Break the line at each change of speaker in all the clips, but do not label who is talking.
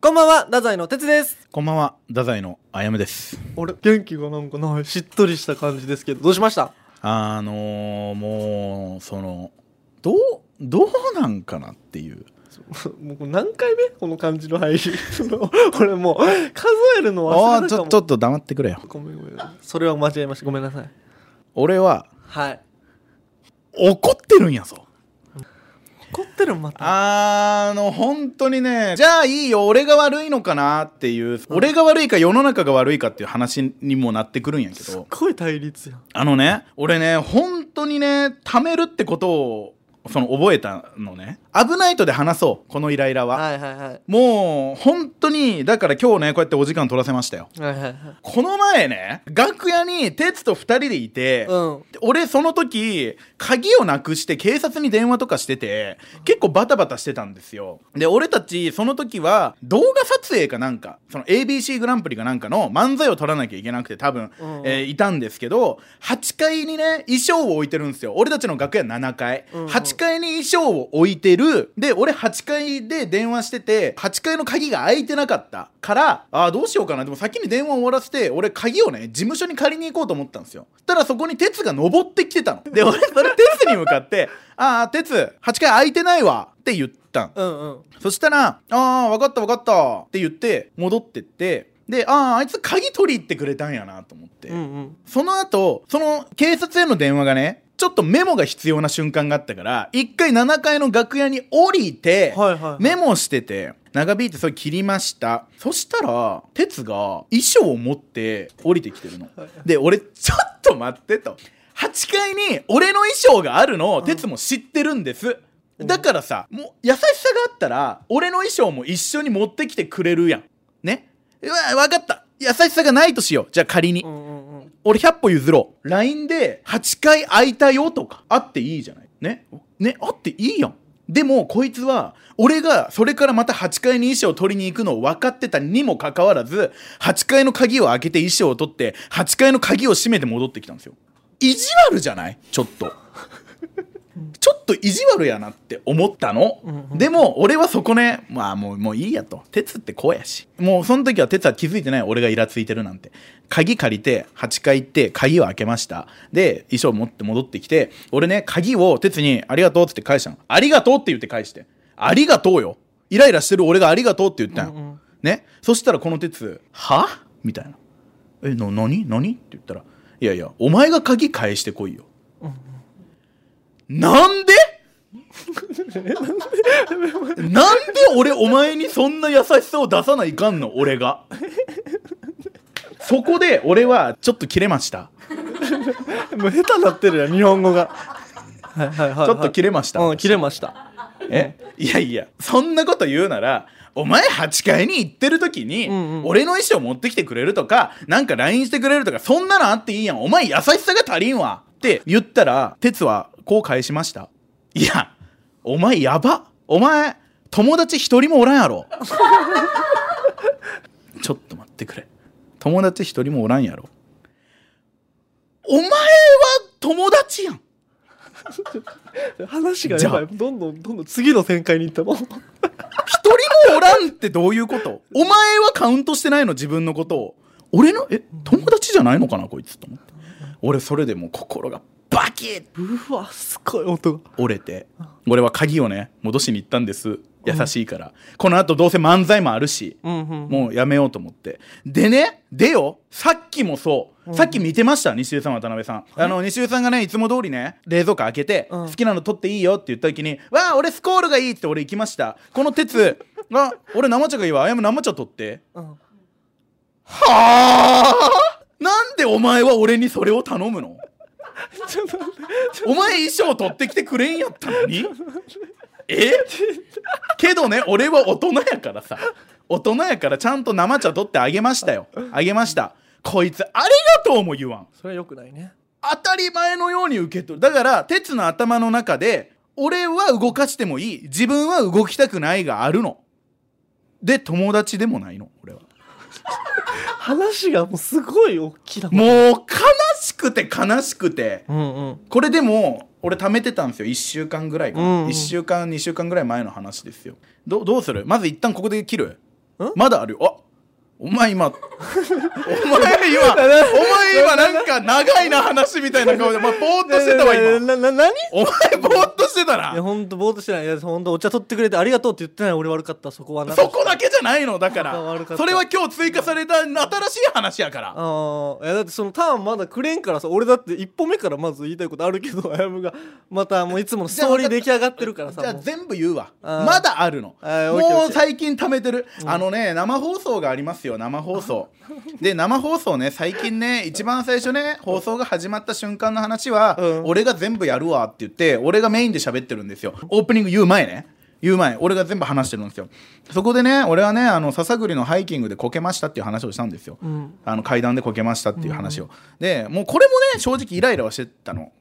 こんばんは、太宰の哲です。
こんばんは、太宰のあやむです。
俺、元気がなんかない、しっとりした感じですけど、どうしました
あのー、もう、その、どう、どうなんかなっていう。
もうこれ何回目この感じの入り。 その俺もう、数えるの
あ
忘れ
あー、
る
ち
か
ょ、
も。
ちょっと黙ってくれよ。
ごめんごめん。それは間違えました。ごめんなさい。
俺は、
はい。
怒ってるんやぞ。
怒ってるまた。
あの、本当にね、じゃあいいよ、俺が悪いのかなっていう、俺が悪いか世の中が悪いかっていう話にもなってくるんやけ
すっ
ど、
ごい対立やん。
あのね、俺ね、本当にね、貯めるってことを、その、覚えたのね。危ないとで話そう、このイライラは。
はいはいはい。
もう本当にだから今日ねこうやってお時間取らせましたよ
はいはいはい。
この前ね楽屋に哲と2人でいて、
うん。
で俺その時鍵をなくして警察に電話とかしてて結構バタバタしてたんですよで俺たちその時は動画撮影かなんかその ABC グランプリかなんかの漫才を撮らなきゃいけなくて多分、
うん
えーいたんですけど8階にね衣装を置いてるんですよ俺たちの楽屋7階、
うんうん
8階に衣装を置いてるで俺8階で電話してて8階の鍵が開いてなかったからああどうしようかなでも先に電話終わらせて俺鍵をね事務所に借りに行こうと思ったんですよたらそこに哲が登ってきてたので俺それ哲に向かって「ああ哲8階開いてないわ」って言ったん
うんうん。
そしたら「ああ分かった分かった」って言って戻ってってであああいつ鍵取り行ってくれたんやなと思って、
うんうん。
その後、その警察への電話がね、ちょっとメモが必要な瞬間があったから、一回7階の楽屋に降りて、
はいはいはい
メモしてて、長引いてそれ切りました。そしたら、哲が衣装を持って降りてきてるの
はい。
で、俺、ちょっと待ってと。8階に俺の衣装があるのを哲も知ってるんです。
うん
だからさ、もう優しさがあったら、俺の衣装も一緒に持ってきてくれるやん。ね。うわ、わかった。優しさがないとしよう。じゃあ仮に
う。んうんうん。
俺100歩譲ろう LINE で8回空いたよとかあっていいじゃないねねあっていいやんでもこいつは俺がそれからまた8階に衣装を取りに行くのを分かってたにもかかわらず8階の鍵を開けて衣装を取って8階の鍵を閉めて戻ってきたんですよ意地悪じゃないちょっとちょっと意地悪やなって思ったの、
うんうん
でも俺はそこねまあもうもういいやと鉄ってこうやしもうその時は鉄は気づいてない俺がイラついてるなんて鍵借りて8階行って鍵を開けましたで衣装持って戻ってきて俺ね鍵を鉄に「ありがとう」っつって返したの「ありがとう」って言って返して「ありがとうよ」イライラしてる俺が「ありがとう」って言ったの、
うんうん
ねそしたらこの鉄「は?」みたいな「えな何何?」って言ったら「いやいやお前が鍵返してこいよ」なんでなんで俺お前にそんな優しさを出さないかんの俺がそこで俺はちょっと切れました
もう下手になってるやん、日本語が。はいはいはいはい。
ちょっと切れました
うん、切れました。
えいやいやそんなこと言うならお前8階に行ってる時に、
うんうん
俺の衣装持ってきてくれるとかなんか LINE してくれるとかそんなのあっていいやんお前優しさが足りんわって言ったら哲はこう返しましたいやお前やばお前友達一人もおらんやろ ちょっと待ってくれ友達一人もおらんやろお前は友達やん
話がやばい。どんどんどんどん次の展開に行ったもん。
一人もおらんってどういうことお前はカウントしてないの自分のことを俺のえ友達じゃないのかなこいつと思って俺それでもう心がバキッ
うわ、すごい音が。
折れて俺は鍵をね戻しに行ったんです優しいからこのあとどうせ漫才もあるし
うんうん。
もうやめようと思ってでねでよさっきもそうさっき見てました西尾さん渡辺さんあの西尾さんがねいつも通りね冷蔵庫開けて
うん
好きなの取っていいよって言った時に「わあ俺スコールがいい」って俺行きましたこの鉄「あ俺生茶がいいわあやむ生茶取って
うん」
はあなんでお前は俺にそれを頼むの
ちょっと待って
お前衣装取ってきてくれんやったのにえけどね俺は大人やからさ大人やからちゃんと生茶取ってあげましたよあげましたこいつありがとうも言わん
それは良くないね。
当たり前のように受け取るだから鉄の頭の中で俺は動かしてもいい自分は動きたくないがあるので友達でもないの俺は
話がもうすごい大きな。
もう悲しくて悲しくて
うんうん。
これでも俺貯めてたんですよ1週間ぐらいかな、
うんうん
1週間2週間ぐらい前の話ですよどどうするまず一旦ここで切るまだあるよあお 前今お前今お前今なんか長いな話みたいな顔で、まあ、ぼーっとしてたわ 今
ななな何い
お前ぼーっとして
や
たな
ほんとぼーっとしてないいやほんとお茶取ってくれてありがとうって言ってない俺悪かったそこはな
そこだけじゃないのだ か
そこは悪からった
それは今日追加された新しい話やから
ああいやだってそのターンまだくれんからさ俺だって一歩目からまず言いたいことあるけどあやむがまたもういつものストーリー出来上がってるからさ
じゃあ
もう
全部言うわ
あー
まだあるの
あーオッケーオッ
も
ケ
う
ー
最近貯めてる、あのね生放送がありますよ生放 送で生放送ね最近ね一番最初ね放送が始まった瞬間の話は、
うん
俺が全部やるわって言って俺がメインで喋ってるんですよオープニング言う前ね言う前俺が全部話してるんですよそこでね俺はねあの笹栗のハイキングでこけましたっていう話をしたんですよ、
うん
あの階段でこけましたっていう話を、でもうこれもね正直イライラはしてたの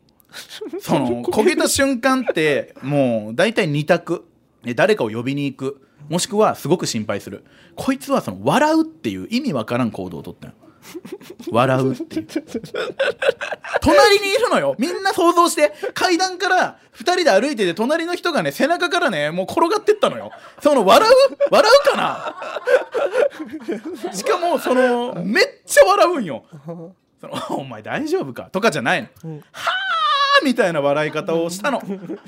その焦げた瞬間ってもう大体2択で誰かを呼びに行くもしくはすごく心配するこいつはその笑うっていう意味わからん行動をとったの笑うっていう隣にいるのよみんな想像して階段から2人で歩いてて隣の人がね背中からねもう転がってったのよその笑う笑うかなしかもそのめっちゃ笑うんよそのお前大丈夫かとかじゃないの
うん
みたいな笑い方をしたの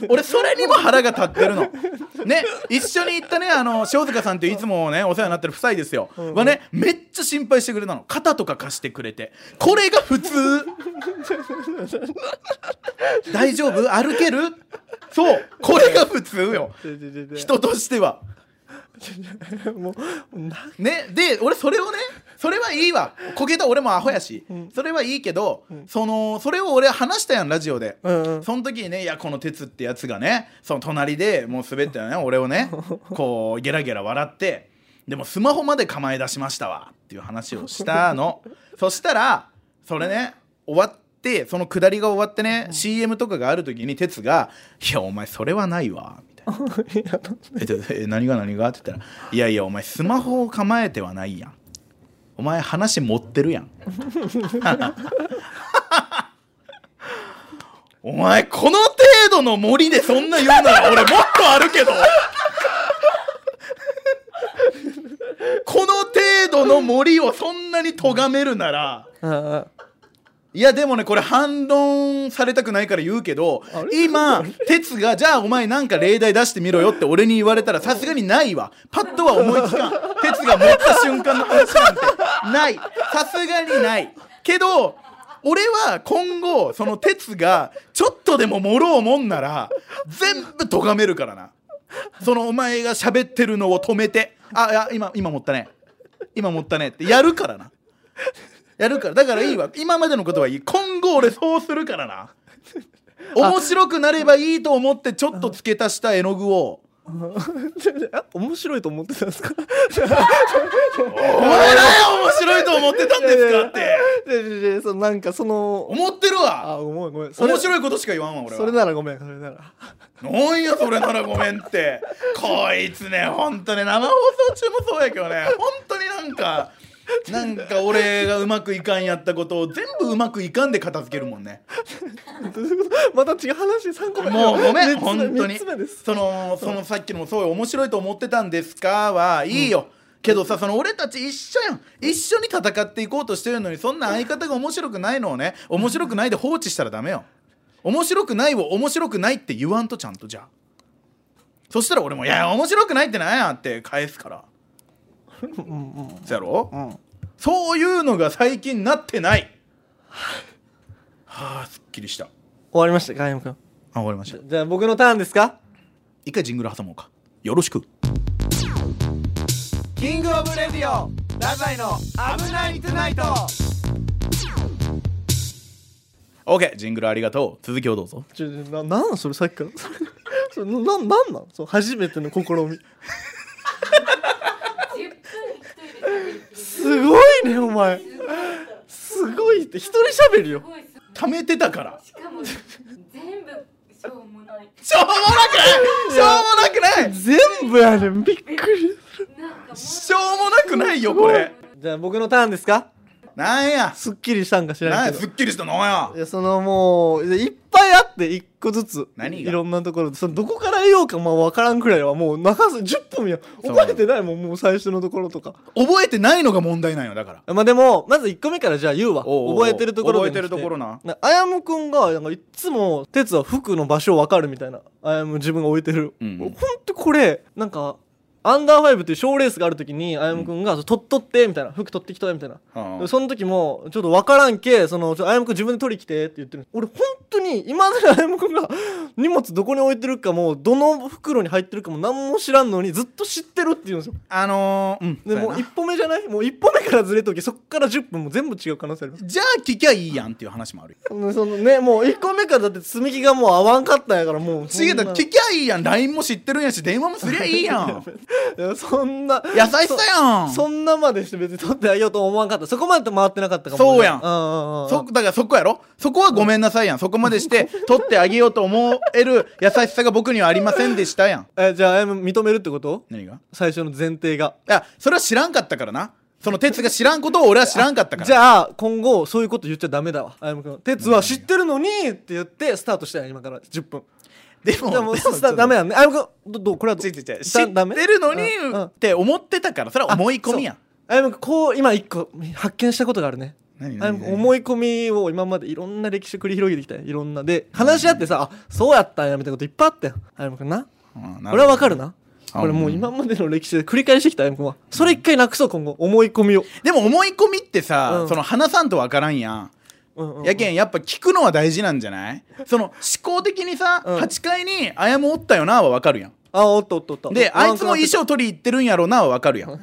俺それにも腹が立ってるのね一緒に行ったねあの塩塚さんっていういつもねお世話になってる夫妻ですよ、はねめっちゃ心配してくれたの肩とか貸してくれてこれが普 通大丈夫歩けるそうこれが普通よ
ちょちょちょちょ
人としては
もうな
ねで俺それをねそれはいいわこけた俺もアホやし、それはいいけど、そのそれを俺話したやんラジオで、
うんうん
その時にねいやこの鉄ってやつがねその隣でもう滑って ね俺をねこうゲラゲラ笑ってでもスマホまで構え出しましたわっていう話をし たのそしたらそれね終わってその下りが終わってね、CM とかがある時に鉄が「いやお前それはないわ」みたいな。
いや
えっと、え何が何がって言ったら「いやいやお前スマホを構えてはないやんお前話持ってるやん お前この程度の森でそんな言うなら俺もっとあるけどこの程度の森をそんなに咎めるなら
あ あ
いやでもねこれ反論されたくないから言うけど今哲が「じゃあお前なんか例題出してみろよ」って俺に言われたらさすがにないわパッとは思いつかん哲が持った瞬間の話なんてないさすがにないけど俺は今後その哲がちょっとでももろうもんなら全部咎めるからなそのお前が喋ってるのを止めて「あいや今今持ったね今持ったね」ってやるからなやるからだからいいわ今までのことはいい今後俺そうする からな面白くなればいいと思ってちょっと付け足した絵の具を
あ面 白いと思ってたんですか
「お前らよ面白いと思ってたんで すか?」って
でででそのなんかその
思ってるわ
あごめんごめんそれ
面白いことしか言わんわ俺
それ
は
ならごめんそれなら
なんやそれならごめんってこいつねほんとね生放送中もそうやけどねほんとになんかなんか俺がうまくいかんやったことを全部うまくいかんで片付けるもんね
どういうことまた違う話3個目
もうごめ
三
ん
つ目
本当に
三つ目です
そのそのさっきのもそうよ面白いと思ってたんですかはいいよ、けどさその俺たち一緒やん一緒に戦っていこうとしてるのにそんな相方が面白くないのをね面白くないで放置したらダメよ面白くないを面白くないって言わんとちゃんとじゃあそしたら俺も「いや面白くないってなんや」って返すから
うんうん
そやろ、
うん
そういうのが最近なってないはあすっきりした
終わりましたガイム君
あ終わりました
じゃあ僕のターンですか
一回ジングル挟もうかよろしく
キングオブレディオラザイの危ないトゥナイト
OK ジングルありがとう続きをどうぞ
ちょちょななんなんそれさっきから それそれななんなんなんそう初めての試み
10分一人で食べるってす
すごいねお前すごいって一人喋るよ
ごいすご
貯めてたから
いしかも全部しょうもない
しょうもなくないしょうもな くない
全部やねんびっくり
なんかもっと
しょうもなくないよこれ
じゃあ僕のターンですか
なんや
すっきりしたんか知ら
なんんや
けど
すっきりしたのや
いやそのもういっぱいあって一個ずつ
何が
いろんなところでそのどこから言おうかまあ分からんくらいはもう中す10分や
そう
覚えてないもんもう最初のところとか
覚えてないのが問題なんよだから
まあでもまず1個目からじゃあ言うわ
おうおうおう
覚えてるところ
覚
で
えてるところな
あやむくんがなんかいつも哲は服の場所分かるみたいなあやむ自分が置いてる、
うん
ほんとこれなんかアンダーファイブっていう賞レースがある時にあやむくんが「取っとって」みたいな「服取ってきた」みたいな
うん
でその時もちょっと分からんけそのちょあやむくん自分で取り来てって言ってる俺本当に今までのあやむくんが荷物どこに置いてるかもどの袋に入ってるかも何も知らんのにずっと知ってるって言うんですよ
あのーうん
で
そうや
も
な
う一歩目じゃないもう一歩目からずれときそっから10分も全部違う可能性あります
じゃあ聞きゃいいやんっていう話もあるよ
うんそのねもう一個目からだって積み木がもう合わんかったんやからもう
違うだ
そんな
聞きゃいいやん LINE も知ってるんやし電話もすりゃいいや ん
いやそん な
優しさやん
そそんなまでして別に取ってあげようと思わんかったそこまでと回ってなかったかも
そうやん
うんうんうん
そだからそこやろそこはごめんなさいやんそこま でして取ってあげようと思える優しさが僕にはありませんでしたやん
えじゃああやむ認めるってこと
何が
最初の前提が
いやそれは知らんかったからなその哲が知らんことを俺は知らんかったから
じゃあ今後そういうこと言っちゃダメだわあやむくん哲は知ってるのにって言ってスタートしたやん今から10分
でも
でも
でも
スタダメやんねあやむくんどどうこれはど
違う違う違う
一
知っ
旦ダメ
てるのに
うんうん
って思ってたからそれは思い込みやん
あやむくんこう今一個発見したことがあるね
何
あ
何何
思い込みを今までいろんな歴史を繰り広げてきたよいろんなで話し合ってさあそうやったんやみたいなこといっぱいあったよあやむくんな
うんなるほど
俺はわかるな
あ
これもう今までの歴史で繰り返してきたあやむくんはそれ一回なくそう今後思い込みを、
でも思い込みってさ、
うん
その話さんとわからんやん
うんうんうん
やけんやっぱ聞くのは大事なんじゃないその思考的にさ、
うん
8階に「あやもおったよな」はわかるやん
あおっとおっとおっと
であいつも
緒
衣装取り行ってるんやろうなはわかるやん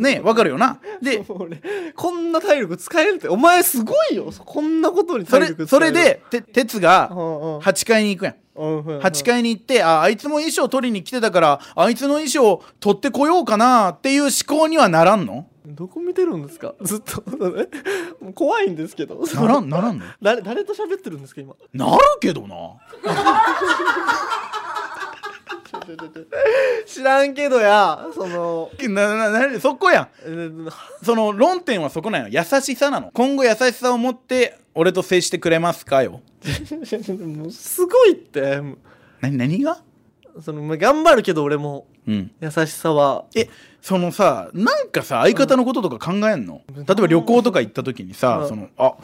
ねえわかるよな で
もう俺こんな体力使えるってお前すごいよそこんなことに
そ
体
れ
力使
そ
える
れでて哲が8階に行くやん8
8
階に行ってああいつも衣装取りに来てたからあいつの衣装取ってこようかなっていう思考にはならんの
どこ見てるんですか ずっともう怖いんですけ ど
ならんならんの
誰誰と喋ってるんですか今
なるけどな
知らんけどやそ の
なななそこやん
えー
その論点はそこなんよ優しさなの今後優しさを持って俺と接してくれますかよ
もうすごいって
な何が
そのまあ頑張るけど俺も
うん
優しさは
えそのさなんかさ相方のこととか考えんの、例えば旅行とか行った時にさ、
うん
そのあ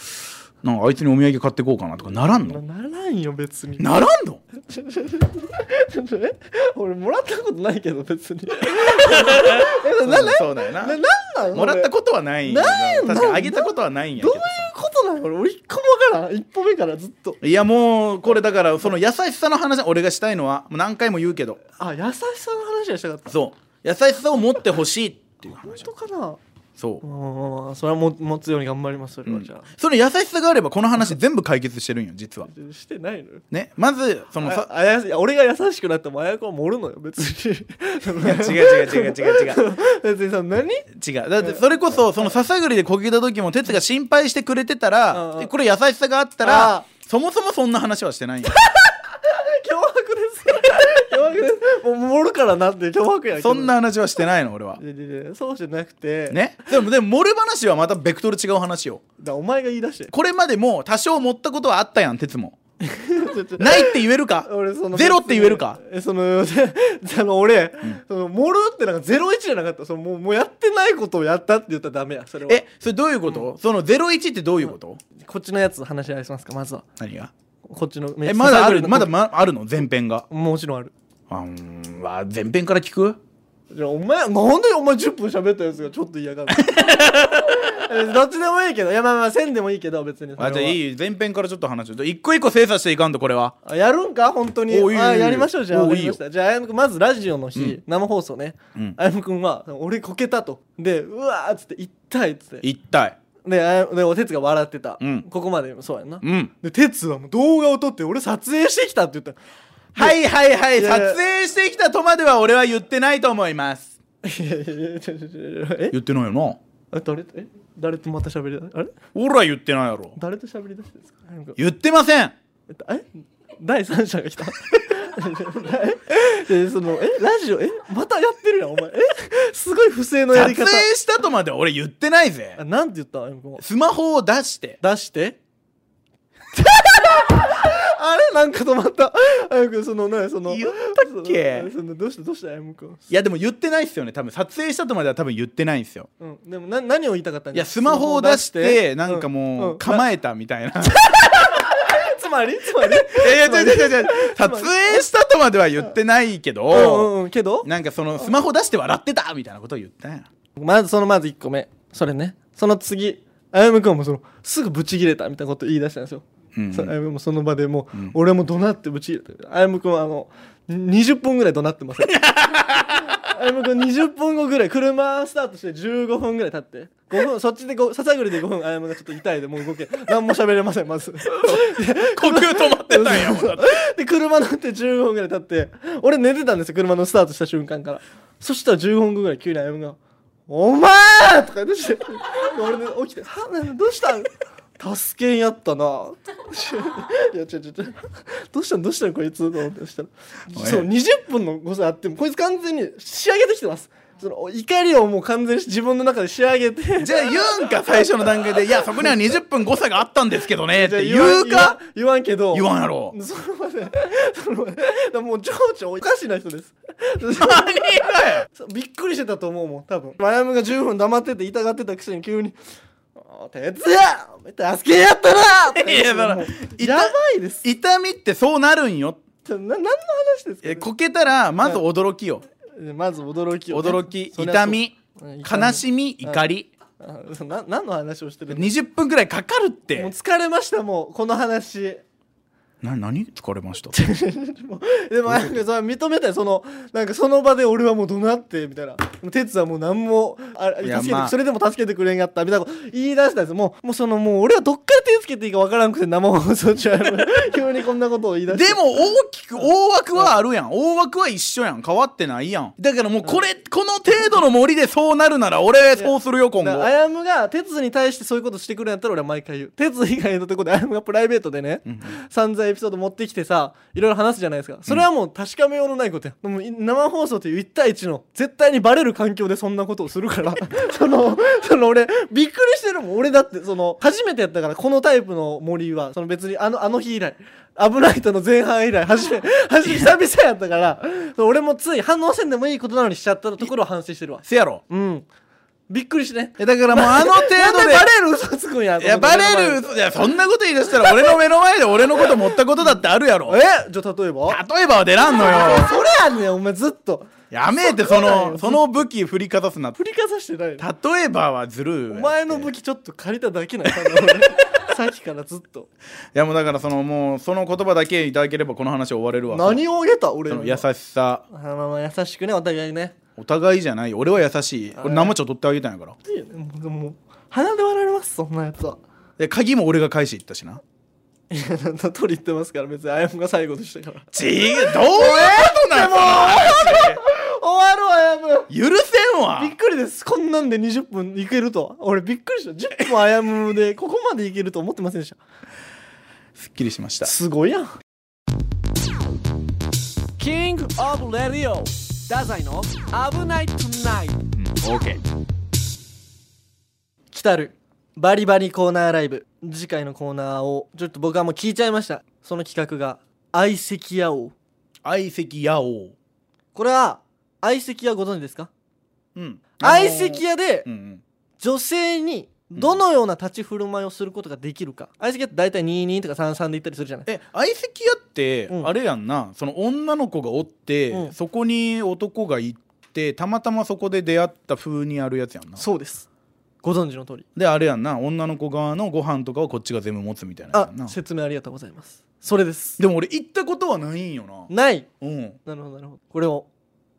なんかあいつにお土産買ってこうかなとかならん
な
の
ならんよ別に
ならんの
え 俺もらったことないけど 別に
そう
なな
そうだよ
な
な
なんなの
もらったことはないんやけど
ないよ
確かに
な
あげたことはないんやけ
どう
ど
いう
さ
ことなの俺俺一個もわからん一歩目からずっと
いやもうこれだからその優しさの話俺がしたいのはもう何回も言うけど
あ優しさの話がしたかった
そう優しさを持ってほしいっていう
本
話
当かな
そう
う、んうんそれはも持つように頑張りますそれはじゃあ、
その優しさがあればこの話全部解決してるんよ実は
してないのよ
ねまずその
あ
さ
あやいや俺が優しくなってもあやこは盛るのよ別に
い や違う違う違う違う違う
別にさ何
違うだってそれこそそのささぐりでこけた時も哲が心配してくれてた
うんう
ら
ん
これ優しさがあった
あ
ら
ー
そもそもそんな話はして ないんよ
脅迫ですよ 脅迫ですもう盛るからなって脅迫やけど
そんな話はしてないの俺はい
やいやいやそうじゃなくて、
ねでもでも盛る話はまたベクトル違う話よ
だお前が言い出して
これまでも多少盛ったことはあったやん哲 もないって言えるか
俺その
ゼロって言えるか
えその あの俺、その盛るってなんかゼロ一じゃなかったそのもうもうやってないことをやったって言ったらダメやそれは
えそれどういうこと、その01ってどういうこと、
こっちのやつ話し合いしますかまずは
何が
こっちの
えまだある
の
まだ、ま、あるの前編が
もちろんある
あんわ前編から聞く
じゃあお前なんでお前10分喋ったやつがちょっと嫌がる えどっちでもいいけどいやまあまあせんでもいいけど別にそれは
あじゃあいいよ前編からちょっと話を一個一個精査していかんとこれは
あやるんか本当に
おういいよ
あ
いいよ
やりましょうじゃあ
お
わ
う
か
いい
り
よ
ましたじゃああやむくんまずラジオの日、生放送ね、
うん
あやむくんは俺こけたとでうわーっつって痛いっつって
一体
であやでお哲が笑ってた、
うん
ここまでもそうやんな、
うん
で哲はもう動画を撮って俺撮影してきたって言った
はいはいはい
いやいや
撮影してきたとまでは俺は言ってないと思います
いやいやいやちょちょちょちょえ
言ってないよな
あ誰とえ誰とまた喋りだあれ
俺は言ってないやろ
誰と喋りだしたんですかあやむくん
言ってません
えっとえ第三者が来た でそのえラジオえまたやってるやんお前えすごい不正のやり
撮
方
影したとまで俺言ってないぜ
あなんて言った歩夢君は
スマホを出して
出して あれなんか止まった歩夢君そのねその
言ったっけ
そのそのどうしたどうした歩夢君
いやでも言ってないっすよね多分撮影したとまでは多分言ってないんすよ
うんでもな何を言いたかったん
いやスマホを出してなんか
うん
も
うん
う構えたみ たいない
つまりつま り
やいや違う違う違う違う撮影したとまでは言ってないけ
うん
ど
うんうんけど
なんかそのスマホ出して笑ってたみたいなことを言ったん や
まずそのまず1個目それねその次あやむくんもそのすぐブチギレたみたいなこと言い出したんですよ、
うん
そあやむもその場でもう、
うん
俺も怒鳴ってブチギレたあやむくんはあのに20分ぐらい怒鳴ってます あやむくん20分後ぐらい車スタートして15分ぐらい経って5分そっちでささぐりで5分あやむがちょっと痛いでもう動け何も喋れませんまず
呼吸止まってたんやもうだって
で車乗って15分ぐらい経って俺寝てたんですよ車のスタートした瞬間からそしたら15分後ぐらい急に歩が「お前!」とか言ってして俺で起きて「はなどうしたん助けんやったな」いや違う違う違うどうしたんどうしたんこいつ」と思ってそしたら
おい
そう20分の誤差あってもこいつ完全に仕上げてきてますその怒りをもう完全に自分の中で仕上げて
じゃあ 言うんか最初の段階で「いやそこには20分誤差があったんですけどね」って言う
言わん
か
言わんけど
言わんやろ
その場でその場でもう情緒おかしな人です
何がよ
そうびっくりしてたと思うもん多分マヤムが10分黙ってて痛がってたくせに急に「あー哲也お前助けやったな!」って
いやだから
もう
痛
やばいです
痛みってそうなるんよ
な何の話です
え
か、
こけたらまず驚きよ
ね、まず驚きをね、
驚き
そりゃ
痛み
そううん
悲しみ怒り
あーそうな何の話をしてるのも
20分くらいかかるっ
う
て
疲れましたもうこの話
な何疲れ ました
もうでもなんかそれは認めたよそのなんかその場で俺はもう怒鳴ってみたいな「もう哲はもう何もあ助
い
け
や
て、
まあ
それでも助けてくれんかった」みたいなこと言い出したんですもうもうそのもう俺はどっから手つけていいかわからんくて生放送中 急にこんなことを言い出して
でも大きく大枠はあるやん大枠は一緒やん変わってないやんだからもうこれこの程度の森でそうなるなら俺そうするよ今
だから
後
あやむが哲に対してそういうことしてくるんやったら俺は毎回言う哲以外のとこであやむがプライベートでね、散々エピソード持ってきてさいろいろ話すじゃないですかそれはもう確かめようのないことや、もうい生放送という1対1の絶対にバレる環境でそんなことをするからそのその俺びっくりしてるもん俺だってその初めてやったからこのタイプの森はその別にあのあの日以来アブライトの前半以来初め初め久々やったからそう俺もつい反応せんでもいいことなのにしちゃったところを反省してるわ
せやろ
うんびっくりしてね
えだからもうあの程
なん
度
で
で
バレる嘘つくんや
いやバレる嘘いやそんなこと言い出したら俺の目の前で俺のこと持ったことだってあるやろ
えじゃあ例えば
例えばは出らんのよ
それやねんお前ずっと
やめえってそのその武器振りかざすな
振りかざしてないの
例えばはずるい
お前の
い
武器ちょっと借りただけなんや多分俺さっきからずっと
やもうだからそのもうその言葉だけいただければこの話終われるわ
何をあげた俺
その
に
優しさ
あまあまあ優しくねお互いね
お互いじゃない俺は優しい
あ
俺生茶取ってあげたんやから
いいよねもうでももう鼻で笑われますそんなやつは
で鍵も俺が返し行ったしない
やなんだ取り行ってますから別にあやむが最後でしたから
ちうどういうことな
終
の
わろうあやむ
許せんわ
びっくりですこんなんで20分いけるとは俺びっくりした10分あやむでここまでいけると思ってませんでした
すっきりしました
すごいやんキングオブレディオダザイの危ないトゥナイト
オーケー
来たるバリバリコーナーライブ次回のコーナーをちょっと僕はもう聞いちゃいましたその企画が相席屋王
相席屋王
これは相席屋ご存知ですか
うん
相席屋で
うんうん
女性にどのような立ち振る舞いをすることができるか相席屋って大体22とか33で言ったりするじゃない
え相席屋って
うん
あれやんな、その女の子がおって、
うん
そこに男が行ってたまたまそこで出会った風にやるやつやんな
そうですご存知の通り
であれやんな女の子側のご飯とかをこっちが全部持つみたいなやつ
あ
やんな
説明ありがとうございますそれです
でも俺行ったことはないんよな
ない
うん
なるほどなるほどこれを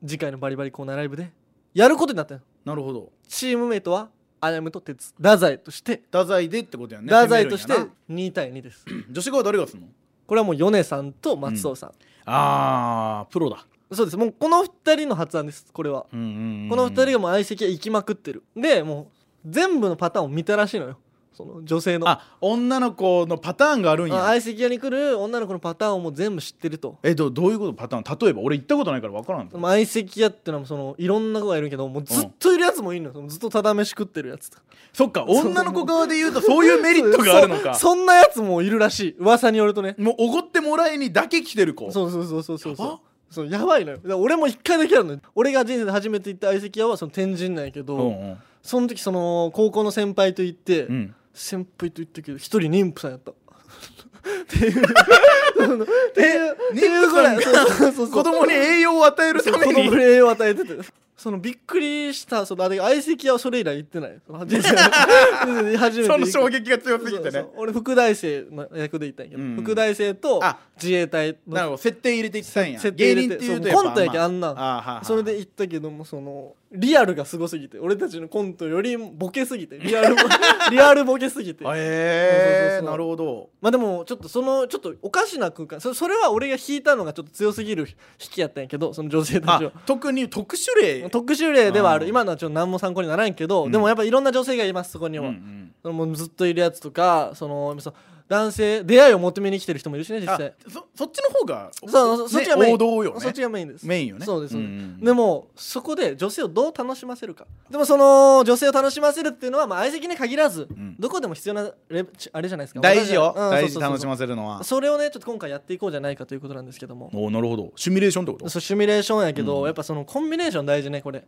次回のバリバリコーナーライブでやることになったよ
なるほど
チームメイトはアヤムと鉄太宰として
太宰でってことやんね
太宰として
攻めるんや
2対2です
な女子側誰がすんの
これはもう米さんと松尾さん、
あープロだ
そうですもうこの2人の発案ですこれは、
うんうんうん、
この2人がもう相席へ行きまくってるでもう全部のパターンを見たらしいのよその女性のあ
あ女の子のパターンがあるんや
相席屋に来る女の子のパターンをもう全部知ってると
えどどういうことパターン例えば俺行ったことないから分からん
でも相席屋ってのはそのいろんな子がいるけどもうずっといるやつもいるの、そのずっとただ飯食ってるやつとか
そっか女の子側で言うとそういうメリットがあるのか
そそんなやつもいるらしい噂によるとね
もうおごってもらいにだけ来てる子
そうそうそうそうそう
やば
そうやばいのよだから俺も一回だけあるのよ俺が人生で初めて行った相席屋はその天神なんやけど、
うんうん
その時その高校の先輩と行って、
うん
先輩と言ったけど一人妊婦さんやったっていうそのっていうっていうぐらい
妊婦
そうそうそうそう
子供に栄養を与える
そ
た
う子
め
供
に
に栄養を与えててそのびっくりしたそのあれ相席屋はそれ以来行ってないその人生の人 生で初めて
その
行く
衝撃が強すぎ
そう
て
そ
ね
う俺副大生の役で行ったんやけど、
うんうん
副大生と
あ
自衛隊
な
の
るほど設定入れていったんや
設定
芸
入
人
れ
ってていうと
そうコントやけんあんな
あ
ん
あはあはあ
それで行ったけどもそのリアルがすごすぎて俺たちのコントよりボケすぎてリアル ボリアルボケすぎてそ
へ
うそうそう
え
そう
なるほど
まあでもちょっとそのちょっとおかしな空間そそれは俺が引いたのがちょっと強すぎる引きやったんやけどその女性た
あ
ちを。
特に特殊例
特殊例ではある
あー
今のはちょっと何も参考にならんけど、
うん
でもやっぱいろんな女性がいますそこに
うん
は、
うん
そのもうずっといるやつとかそのその男性出会いを求めに来てる人もいるしね実
あ
際
そそっちの方が
そうそそっちがメイン
王道よね
そっちがメインです
メインよね
そうですそうです、
んん
でもそこで女性をどう楽しませるかでもその女性を楽しませるっていうのはまあ相席に限らず、
ん
どこでも必要なレベちあれじゃないですか
大事よ
うん
大
そうそ
事
うそう
楽しませるのは
それをねちょっと今回やっていこうじゃないかということなんですけども
おーなるほどシミュレーションってこと
そうシミュレーションやけど、
うん
やっぱそのコンビネーション大事ねこれ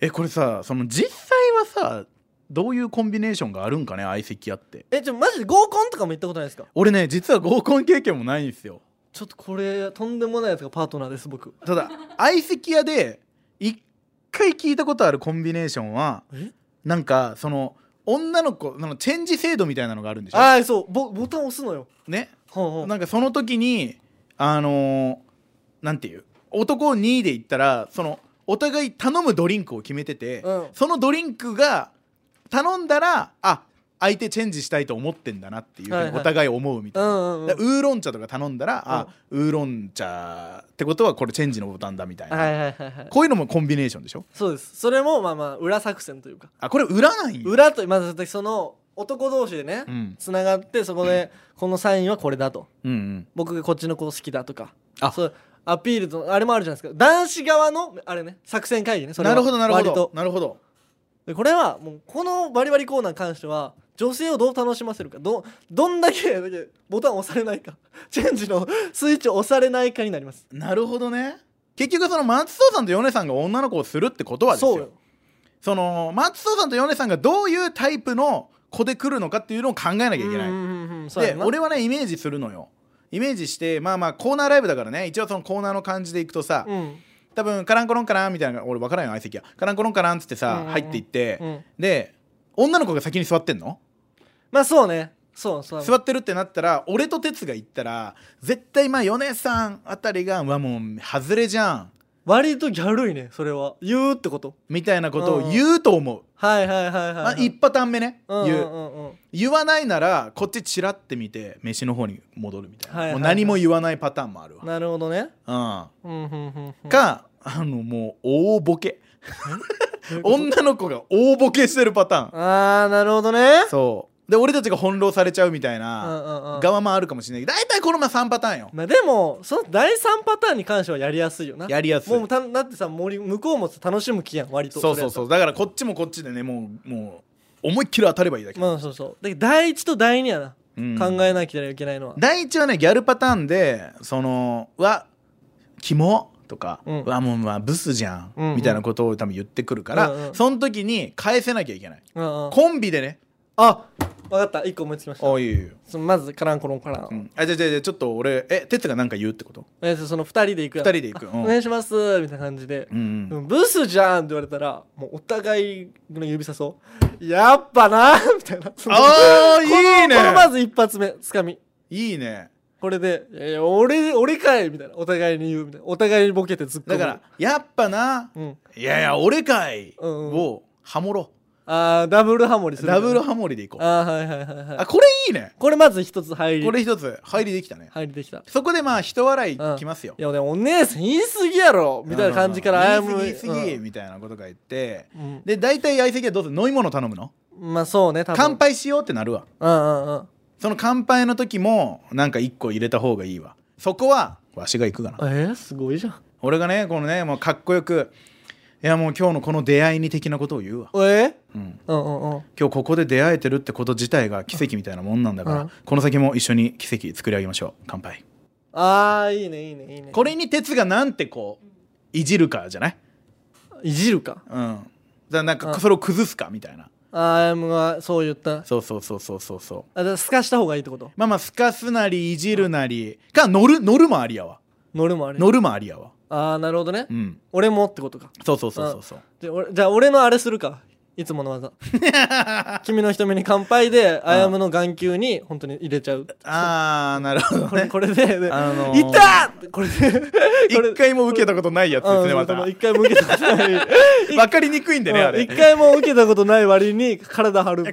えこれさその実際はさどういうコンビネーションがあるんかね相席屋って
えちょマジで合コンとかも行ったことないですか
俺ね実は合コン経験もないんですよ
ちょっとこれとんでもないやつがパートナーです僕
ただ相席屋で一回聞いたことあるコンビネーションは
え
なんかその女の子そのチェンジ制度みたいなのがあるんでしょ
ああそうボボタン押すのよ
ね
ほんほん
なんかその時にあのーなんていう男2位で言ったらそのお互い頼むドリンクを決めてて、
うん
そのドリンクが頼んだらあ相手チェンジしたいと思ってんだなっていうふうに
はいはい
お互い思うみた
う
いな、
んうんうん
だからウーロン茶とか頼んだら、あウーロン茶ってことはこれチェンジのボタンだみたいな、
はいはいはいはい
こういうのもコンビネーションでしょ
そうですそれもまあまあ裏作戦というか
あこれ裏なんや
裏とまずその男同士でね
うん
つながってそこでこのサインはこれだと
うんうん
僕がこっちの子好きだとか
あ
そうアピールとあれもあるじゃないですか男子側のあれね作戦会議ねそれ
な
は
るほどなるほ
割
ど
と
なるほど
でこれはもうこのバリバリコーナーに関しては女性をどう楽しませるかどどんだけだけボタン押されないか チェンジのスイッチを押されないかになります
なるほどね結局その松尾さんと米さんが女の子をするってことはですよ
そうよ
その松尾さんと米さんがどういうタイプの子で来るのかっていうのを考えなきゃいけない、
うんうんうんうんそうや
で
な
俺はねイメージするのよイメージしてまあまあコーナーライブだからね一応そのコーナーの感じでいくとさ、
うん
多分カランコロンカランみたいな俺分からんよ相席はカランコロンカランっつってさ、
うん
入っていって、
うん
で女の子が先に座ってんの
まあそうねそうそう
座ってるってなったら俺と哲が行ったら絶対まあ米さんあたりが「うわもう外れじゃん
割とギャルいねそれは言うってこと」
みたいなことを言うと思う、
はいはいはいはい、
ま
は
あ、
い、
1パターン目ね、
うんうん
言う、
うんうん
言わないならこっちチラって見て飯の方に戻るみたいな、
はいはいはい
もう何も言わないパターンもあるわ、
なるほどね
う
うんうんうんうん
ん、かあのもう大ボケ
どういうこと
女の子が大ボケしてるパターン
ああなるほどね
そうで俺たちが翻弄されちゃうみたい
うんう
なん
うん
側もあるかもしれないけど大体このまま3パターンよ
まあでもその第3パターンに関してはやりやすいよな
やりやすい
もうただってさ森向こうも楽しむ気やん割と
そうそうそううだからこっちもこっちでねもうもう思いっきり当たればいいだけ、
まあそうそうだけど第1と第2やな、
うん
考えなきゃいけないのは
第一はねギャルパターンでその「うわキモ」とか「
うん
うわもうまあブスじゃん」
うんうん
みたいなことを多分言ってくるから、
うんうん
その時に返せなきゃいけない、
うんうん
コンビでね
あ分かった1個思いつきま
「
した
おいいよいいよ
そのまずカランコロンカラン、
うんあじゃあじゃあじゃあちょっと俺え哲が何か言うってこと
えその2人で行く
二
やん
人で行く、う
お
ん
願いしますみたいな感じで
う、ん
うんブスじゃんって言われたらもうお互いの指さそうやっぱなみたいな
あー
この
いいね
このまず一発目つかみ
いいね
これで「いやいや俺俺かい」みたいなお互いに言うみたいなお互いにボケてずっこ
だから「やっぱな
うん、
いやいや俺かい」
うんうん
をハモろ
あーダブルハモリする
ダブル
モ
ハモリでいこ
リ
う
あーはいはいはいはい
あこれいいね
これまず一つ入り
これ一つ入りできたね
入りできたい
そこでまあ人笑いきますよ、
やでもお姉さん言い過ぎやろみたいな感じから
うんうんうん言い過ぎ言い過ぎ
うん
みたいなことが言って
うん
で大体相席はどうする飲み物頼むの
まあそうね多分
乾杯しようってなるわ
うんうんうん
その乾杯の時もなんか1個入れた方がいいわそこはわしが行くかな
えー、すごいじゃん
俺がねこのねもうかっこよくいやもう今日のこの出会いに的なことを言うわ、
えー、
うん、
うんうんうん
今日ここで出会えてるってこと自体が奇跡みたいなもんなんだから、
うん
この先も一緒に奇跡作り上げましょう乾杯
あーいいねいいねいいね
これに哲がなんてこういじるかじゃない
いじるか
うんだからなん
う
か
ん
それを崩すかみたいな
あー M がそう言った
そうそうそうそうそうそう
あだすかした方がいいってこと
まあまあすかすなりいじるなりか乗る乗るもありやわ
乗るもあれ
乗るもありやわ
あーなるほどね、
うん
俺もってことか
そうそうそうそうそう
で俺じゃあ俺のあれするかいつもの 技君の瞳に乾杯であやむの眼球に本当に入れちゃう
ああなるほど
これ
ね
これでで「
あのー
いった!」こ れでこれ
一回も受けたことないやつですね
うん
ま
そ
た
の一回も受けたことない
分かりにくいんでねあ
うん
れ
一回も受けたことない割に 体張る
あ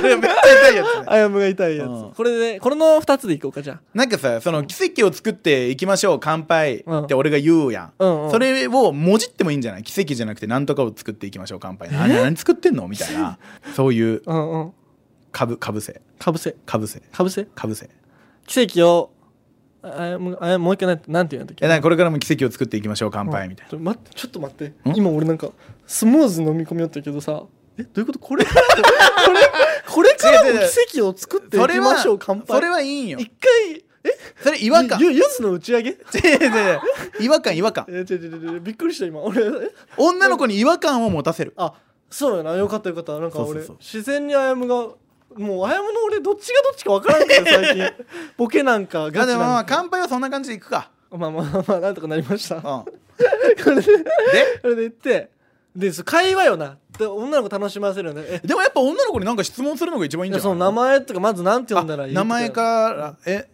れ めっちゃ痛いやつね
あやむが痛いや
うん
つこれでこれの2つでいこうかじゃ
なんかさその奇跡を作っていきましょう乾杯って俺が言うやん、
うんうん
それをもじってもいいんじゃない奇跡じゃなくて何とかを作っていきましょう乾杯あれ何作ってんのみたいなそういう
あうんうん
かぶかぶせ
かぶせ
かぶせ
かぶせ
かぶせい
奇跡をああやむあやむもう一回なんてなんて言うんだっけ
やなんかこれからも奇跡を作っていきましょう乾杯みたい
ちょ待ってちょっと待って
ん
今俺なんかスムーズに飲み込みよったけどさえどういうことこれ これこれからも奇跡を作って
な、
い
そ
き
れ
ま
は
しょう乾杯
それはいいんよ
一回
それ違
違
和感違う
ゆゆずの打ち上げ
違う違う 違和感違和感
え違う違う違うびっくりした今俺え
女の子に違和感を持たせる
あそうやなよかったよかったなんか
そう
俺
そうそう
自然にあやむがもうあやむの俺どっちがどっちか分からんけど最近 ボケなんか
ま
ガ
あ
チ
でもま
な
あ
んか
乾杯はそんな感じでいくか
まあまあまあまあなんとかなりま した
うん
それで言ってでそう会話よなで女の子楽しませるよねえ
でもやっぱ女の子になんか質問するのが一番いいんじゃない
その名前とかまずなんて呼んだら
あ
いい
名前
ら
からえ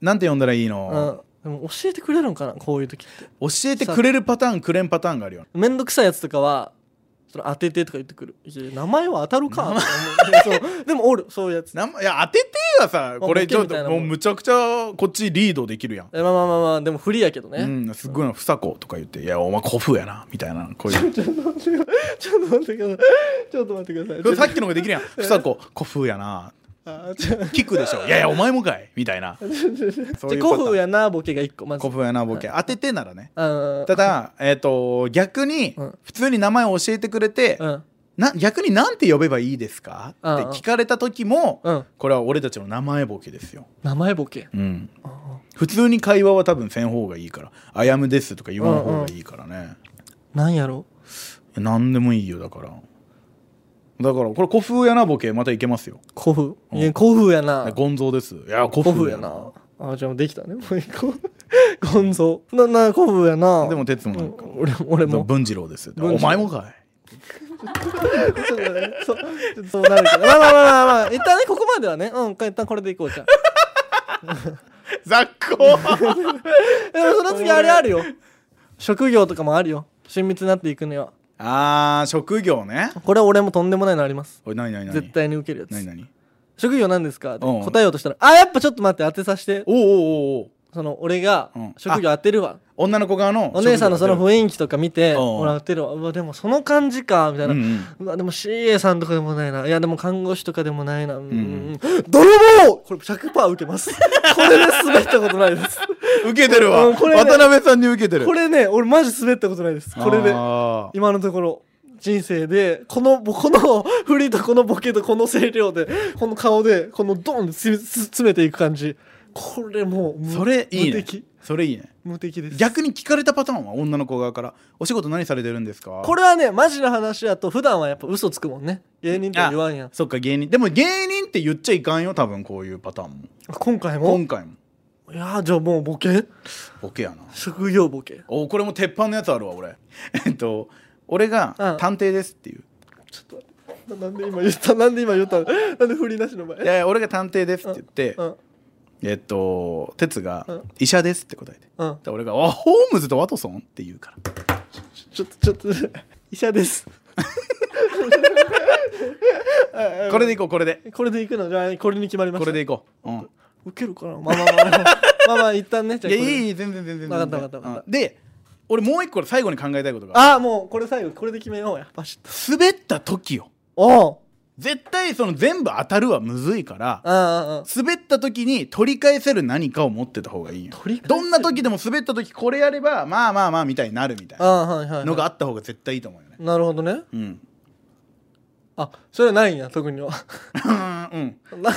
なんて呼んだらいいの、
うんでも教えてくれるんかなこういう時って
教えてくれるパターンくれんパターンがあるよ
めんどくさいやつとかはその当ててとか言ってくるいや名前は当たるかと 思うそうでもおるそういうやつ
名前いや当ててはさこれ
ボケ
ちょっ
みたい
と
な
も
も
うんむちゃくちゃこっちリードできるやん、
えまあまあまあまあでも不利やけどね、
うんすっごいな「ふさこ」とか言って「いやお前古風やな」みたいな こういう
ちょっと待ってくださいちょっと待ってください
これ
ち
さ
ょっ
っきのができるやん「ふさこ古風やな
とあちょ」
聞くで しょ「いやいやお前もかい」みたいなそう
じゃ
いう
あ古
パターン
風やなボケが一個まず
古風やなボケ当ててならね
うん
ただ、えっと逆に
うん
普通に名前を教えてくれて、
うん
な逆になんて呼べばいいですかって
うんうん
聞かれた時も、
うん
これは俺たちの名前ボケですよ、
名前ボケ
うん、普通に会話は多分せん方がいいから「あやむです」とか言わん方がいいからね、
なんやろ
何でもいいよだからだからこれ古風やなボケまたいけますよ
古風
うん
いや古風やな
ゴンゾーですいや
古
古
風
風
や
やな
なあじゃあもうできたねも う一個ゴンゾーなな古風やな
でも哲も
う
なんんか
俺俺も
文次郎です
次郎
お前もかい
そうだねそうちょっとそうなるけどまあまあまあ まあまあ一旦ねここまではねうん一旦これでいこうじゃん
雑魚
でもその次あれあるよ職業とかもあるよ親密になっていくには
あー職業ね
これは俺もとんでもないのあります
おい何何何
絶対に受けるやつ
何何
職業なんですか?」って
うん
答えようとしたら「あやっぱちょっと待って当てさせて
おうおうおうおう
その俺が
うん
職業当てるわ
女の子側の
お姉さんのその雰囲気とか見て
うん
俺当てるわうわでもその感じか」みたいな。
う
うん
うん
わでも CA さんとかでもないないやでも看護師とかでもないなうん、
ん
泥棒これ100%受けます これで滑ったことないです
受けてるわ、
うんこれね
渡辺さんに受けてる
これね俺マジ滑ったことないですこれで
あー
今のところ人生でこのこの振りとこのボケとこの声量でこの顔でこのドンってつつ詰めていく感じこれもう無
それいい
無
ね
敵
それいいね
無敵です
逆に聞かれたパターンは女の子側から「お仕事何されてるんですか?」
こ
れ
れはねマジな話やと普段はやっぱ嘘つくもんね芸人とは言わんやん
そっか芸人でも芸人って言っちゃいかんよ多分こういうパターンも
今回も
今回も
いやーじゃあもうボケ
ボケやな
職業ボケ
おこれも鉄板のやつあるわ俺 えっと俺が
うん
「探偵です」っていう
ちょっと待ってななんで今言ったなんで今言ったなんで振りなしの
「い
前
やいや俺が探偵です」って言って
うん
えっと哲が
うん
「医者です」って答えて
うん
で俺が「あホームズとワトソン?」って言うから
ちょっとちょっと医者です
これでいこうこれで
これでいくのじゃあこれに決まりました
これでいこううん
ウケるかなまあまあまあまあまあ一旦ねじゃ
い
あ
や
こ
い
れ
いいい全然全然全然
わかったわかったわかった
うんで俺もう一個最後に考えたいことがある
ああもうこれ最後これで決めようやバシッと
滑った時よ
おう
絶対その全部当たるはむずいから
ああ
滑った時に取り返せる何かを持ってた方がいいよ
取り返せ
どんな時でも滑った時これやればまあまあまあみたいになるみたい
あああはいはい、は、
ないのがあった方が絶対いいと思うよね
なるほどね
うん
あそれはないんや特には
うん
なう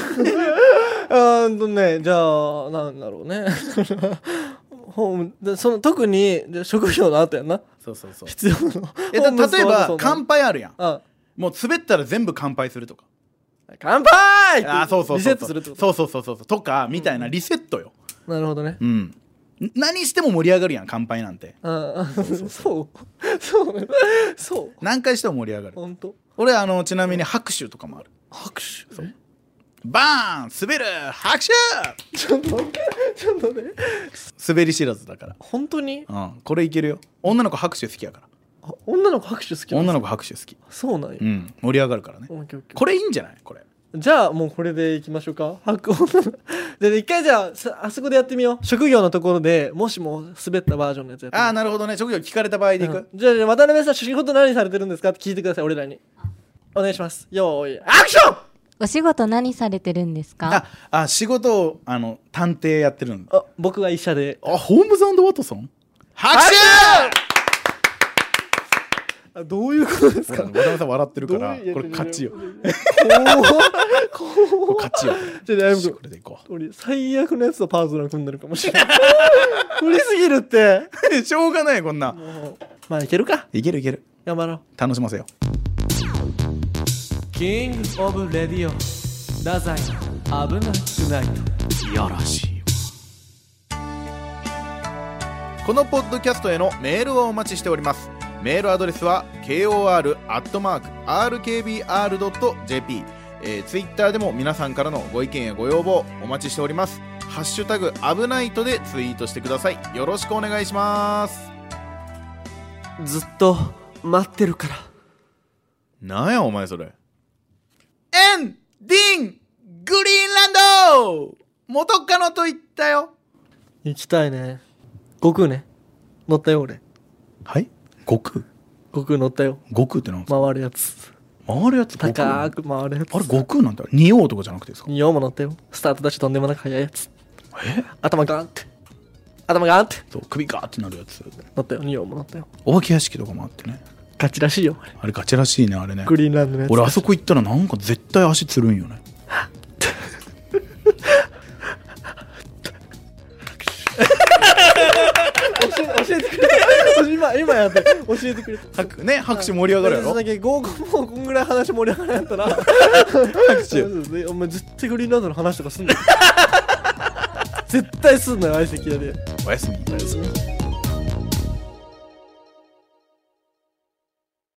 ーんとねじゃあなんだろうね ホームでその特にで職業の後やんな
そうそうそう
必要な
え
ホー
だ
ムズ
例え
とはそうな
ば
の
乾杯あるやん
あ
もう滑ったら全部乾杯するとか
乾杯って
あーそうそうそう
リセットするってこと
そうそうそうそうそうとかみたいなリセットよ
なるほどね
うんん何しても盛り上がるやん乾杯なんて
ああそうそう そうねそう
何回しても盛り上がる
本当
俺あのちなみに拍手とかもある
拍手そう
バーン滑る拍手
ちょっとちょっとね
滑り知らずだから
本当に
うんこれいけるよ女の子拍手好きやから
あ女の子拍手好きなの
女の子拍手好き
そうなんや
うん盛り上がるからね
オッケーオッケー
これいいんじゃないこれ
じゃあもうこれでいきましょうか白鵬で一回 じゃあさあそこでやってみよう職業のところでもしも滑ったバージョンのやつやってみよ
あ
う
あなるほどね職業聞かれた場合でいく、
うんじゃあじゃあ渡辺さん仕事何されてるんですかって聞いてください俺らにお願いしますよーいアクション
お仕事何されてるんですか
ああ仕事をあの探偵やってるんだ
あ僕は医者で
あホームズワトソン拍手
あどういうことです
渡
か
辺さん笑ってるから
どういう
これ勝ちよ
い
こ
やいやいや怖っ
れ
怖っ
勝ちよ
ちょっとやめて
これでいこ
俺最悪のやつとパートナー組んでるかもしれない 無理すぎるって
う しょうがないこんな
もう まあいけるか
いけるいける
頑張ろう
楽しませよ
キングオブレディオ太宰危なくない
いやらしいこのポッドキャストへのメールをお待ちしておりますメールアドレスは kor.rkbr.jp えー、ツイッターでも皆さんからのご意見やご要望お待ちしておりますハッシュタグ危ないとでツイートしてくださいよろしくお願いします
ずっと待ってるから
なんやお前それエンディングリーンランド元カノと言ったよ
行きたいね悟空ね乗ったよ俺
はい悟空
悟空乗ったよ
悟空ってなんです
回るやつ
か回るやつ悟空
高く回るやつ
あれ悟空なんだ仁王とかじゃなくてですか
にようも乗ったよスタートダッシュとんでもなく速いやつ頭ガンって頭ガンって
そう首ガーってなるやつ
乗ったよにようも乗ったよ
お化け屋敷とかもあってね
ガチらしいよあれ
あれガチらしいねあれね
グリーンランドのやつ
俺あそこ行ったらなんか絶対足つるんよね
教え教えてくれた今今やって教えてくれた
拍ね拍手盛り上がるやろ
だけ合コンもこんぐらい話盛り上がらんやったら
拍
そう
手
そうそうお前絶対グリーンランドの話とかすんのよ絶対すんのよ相席屋で
おやすみ
おやすみ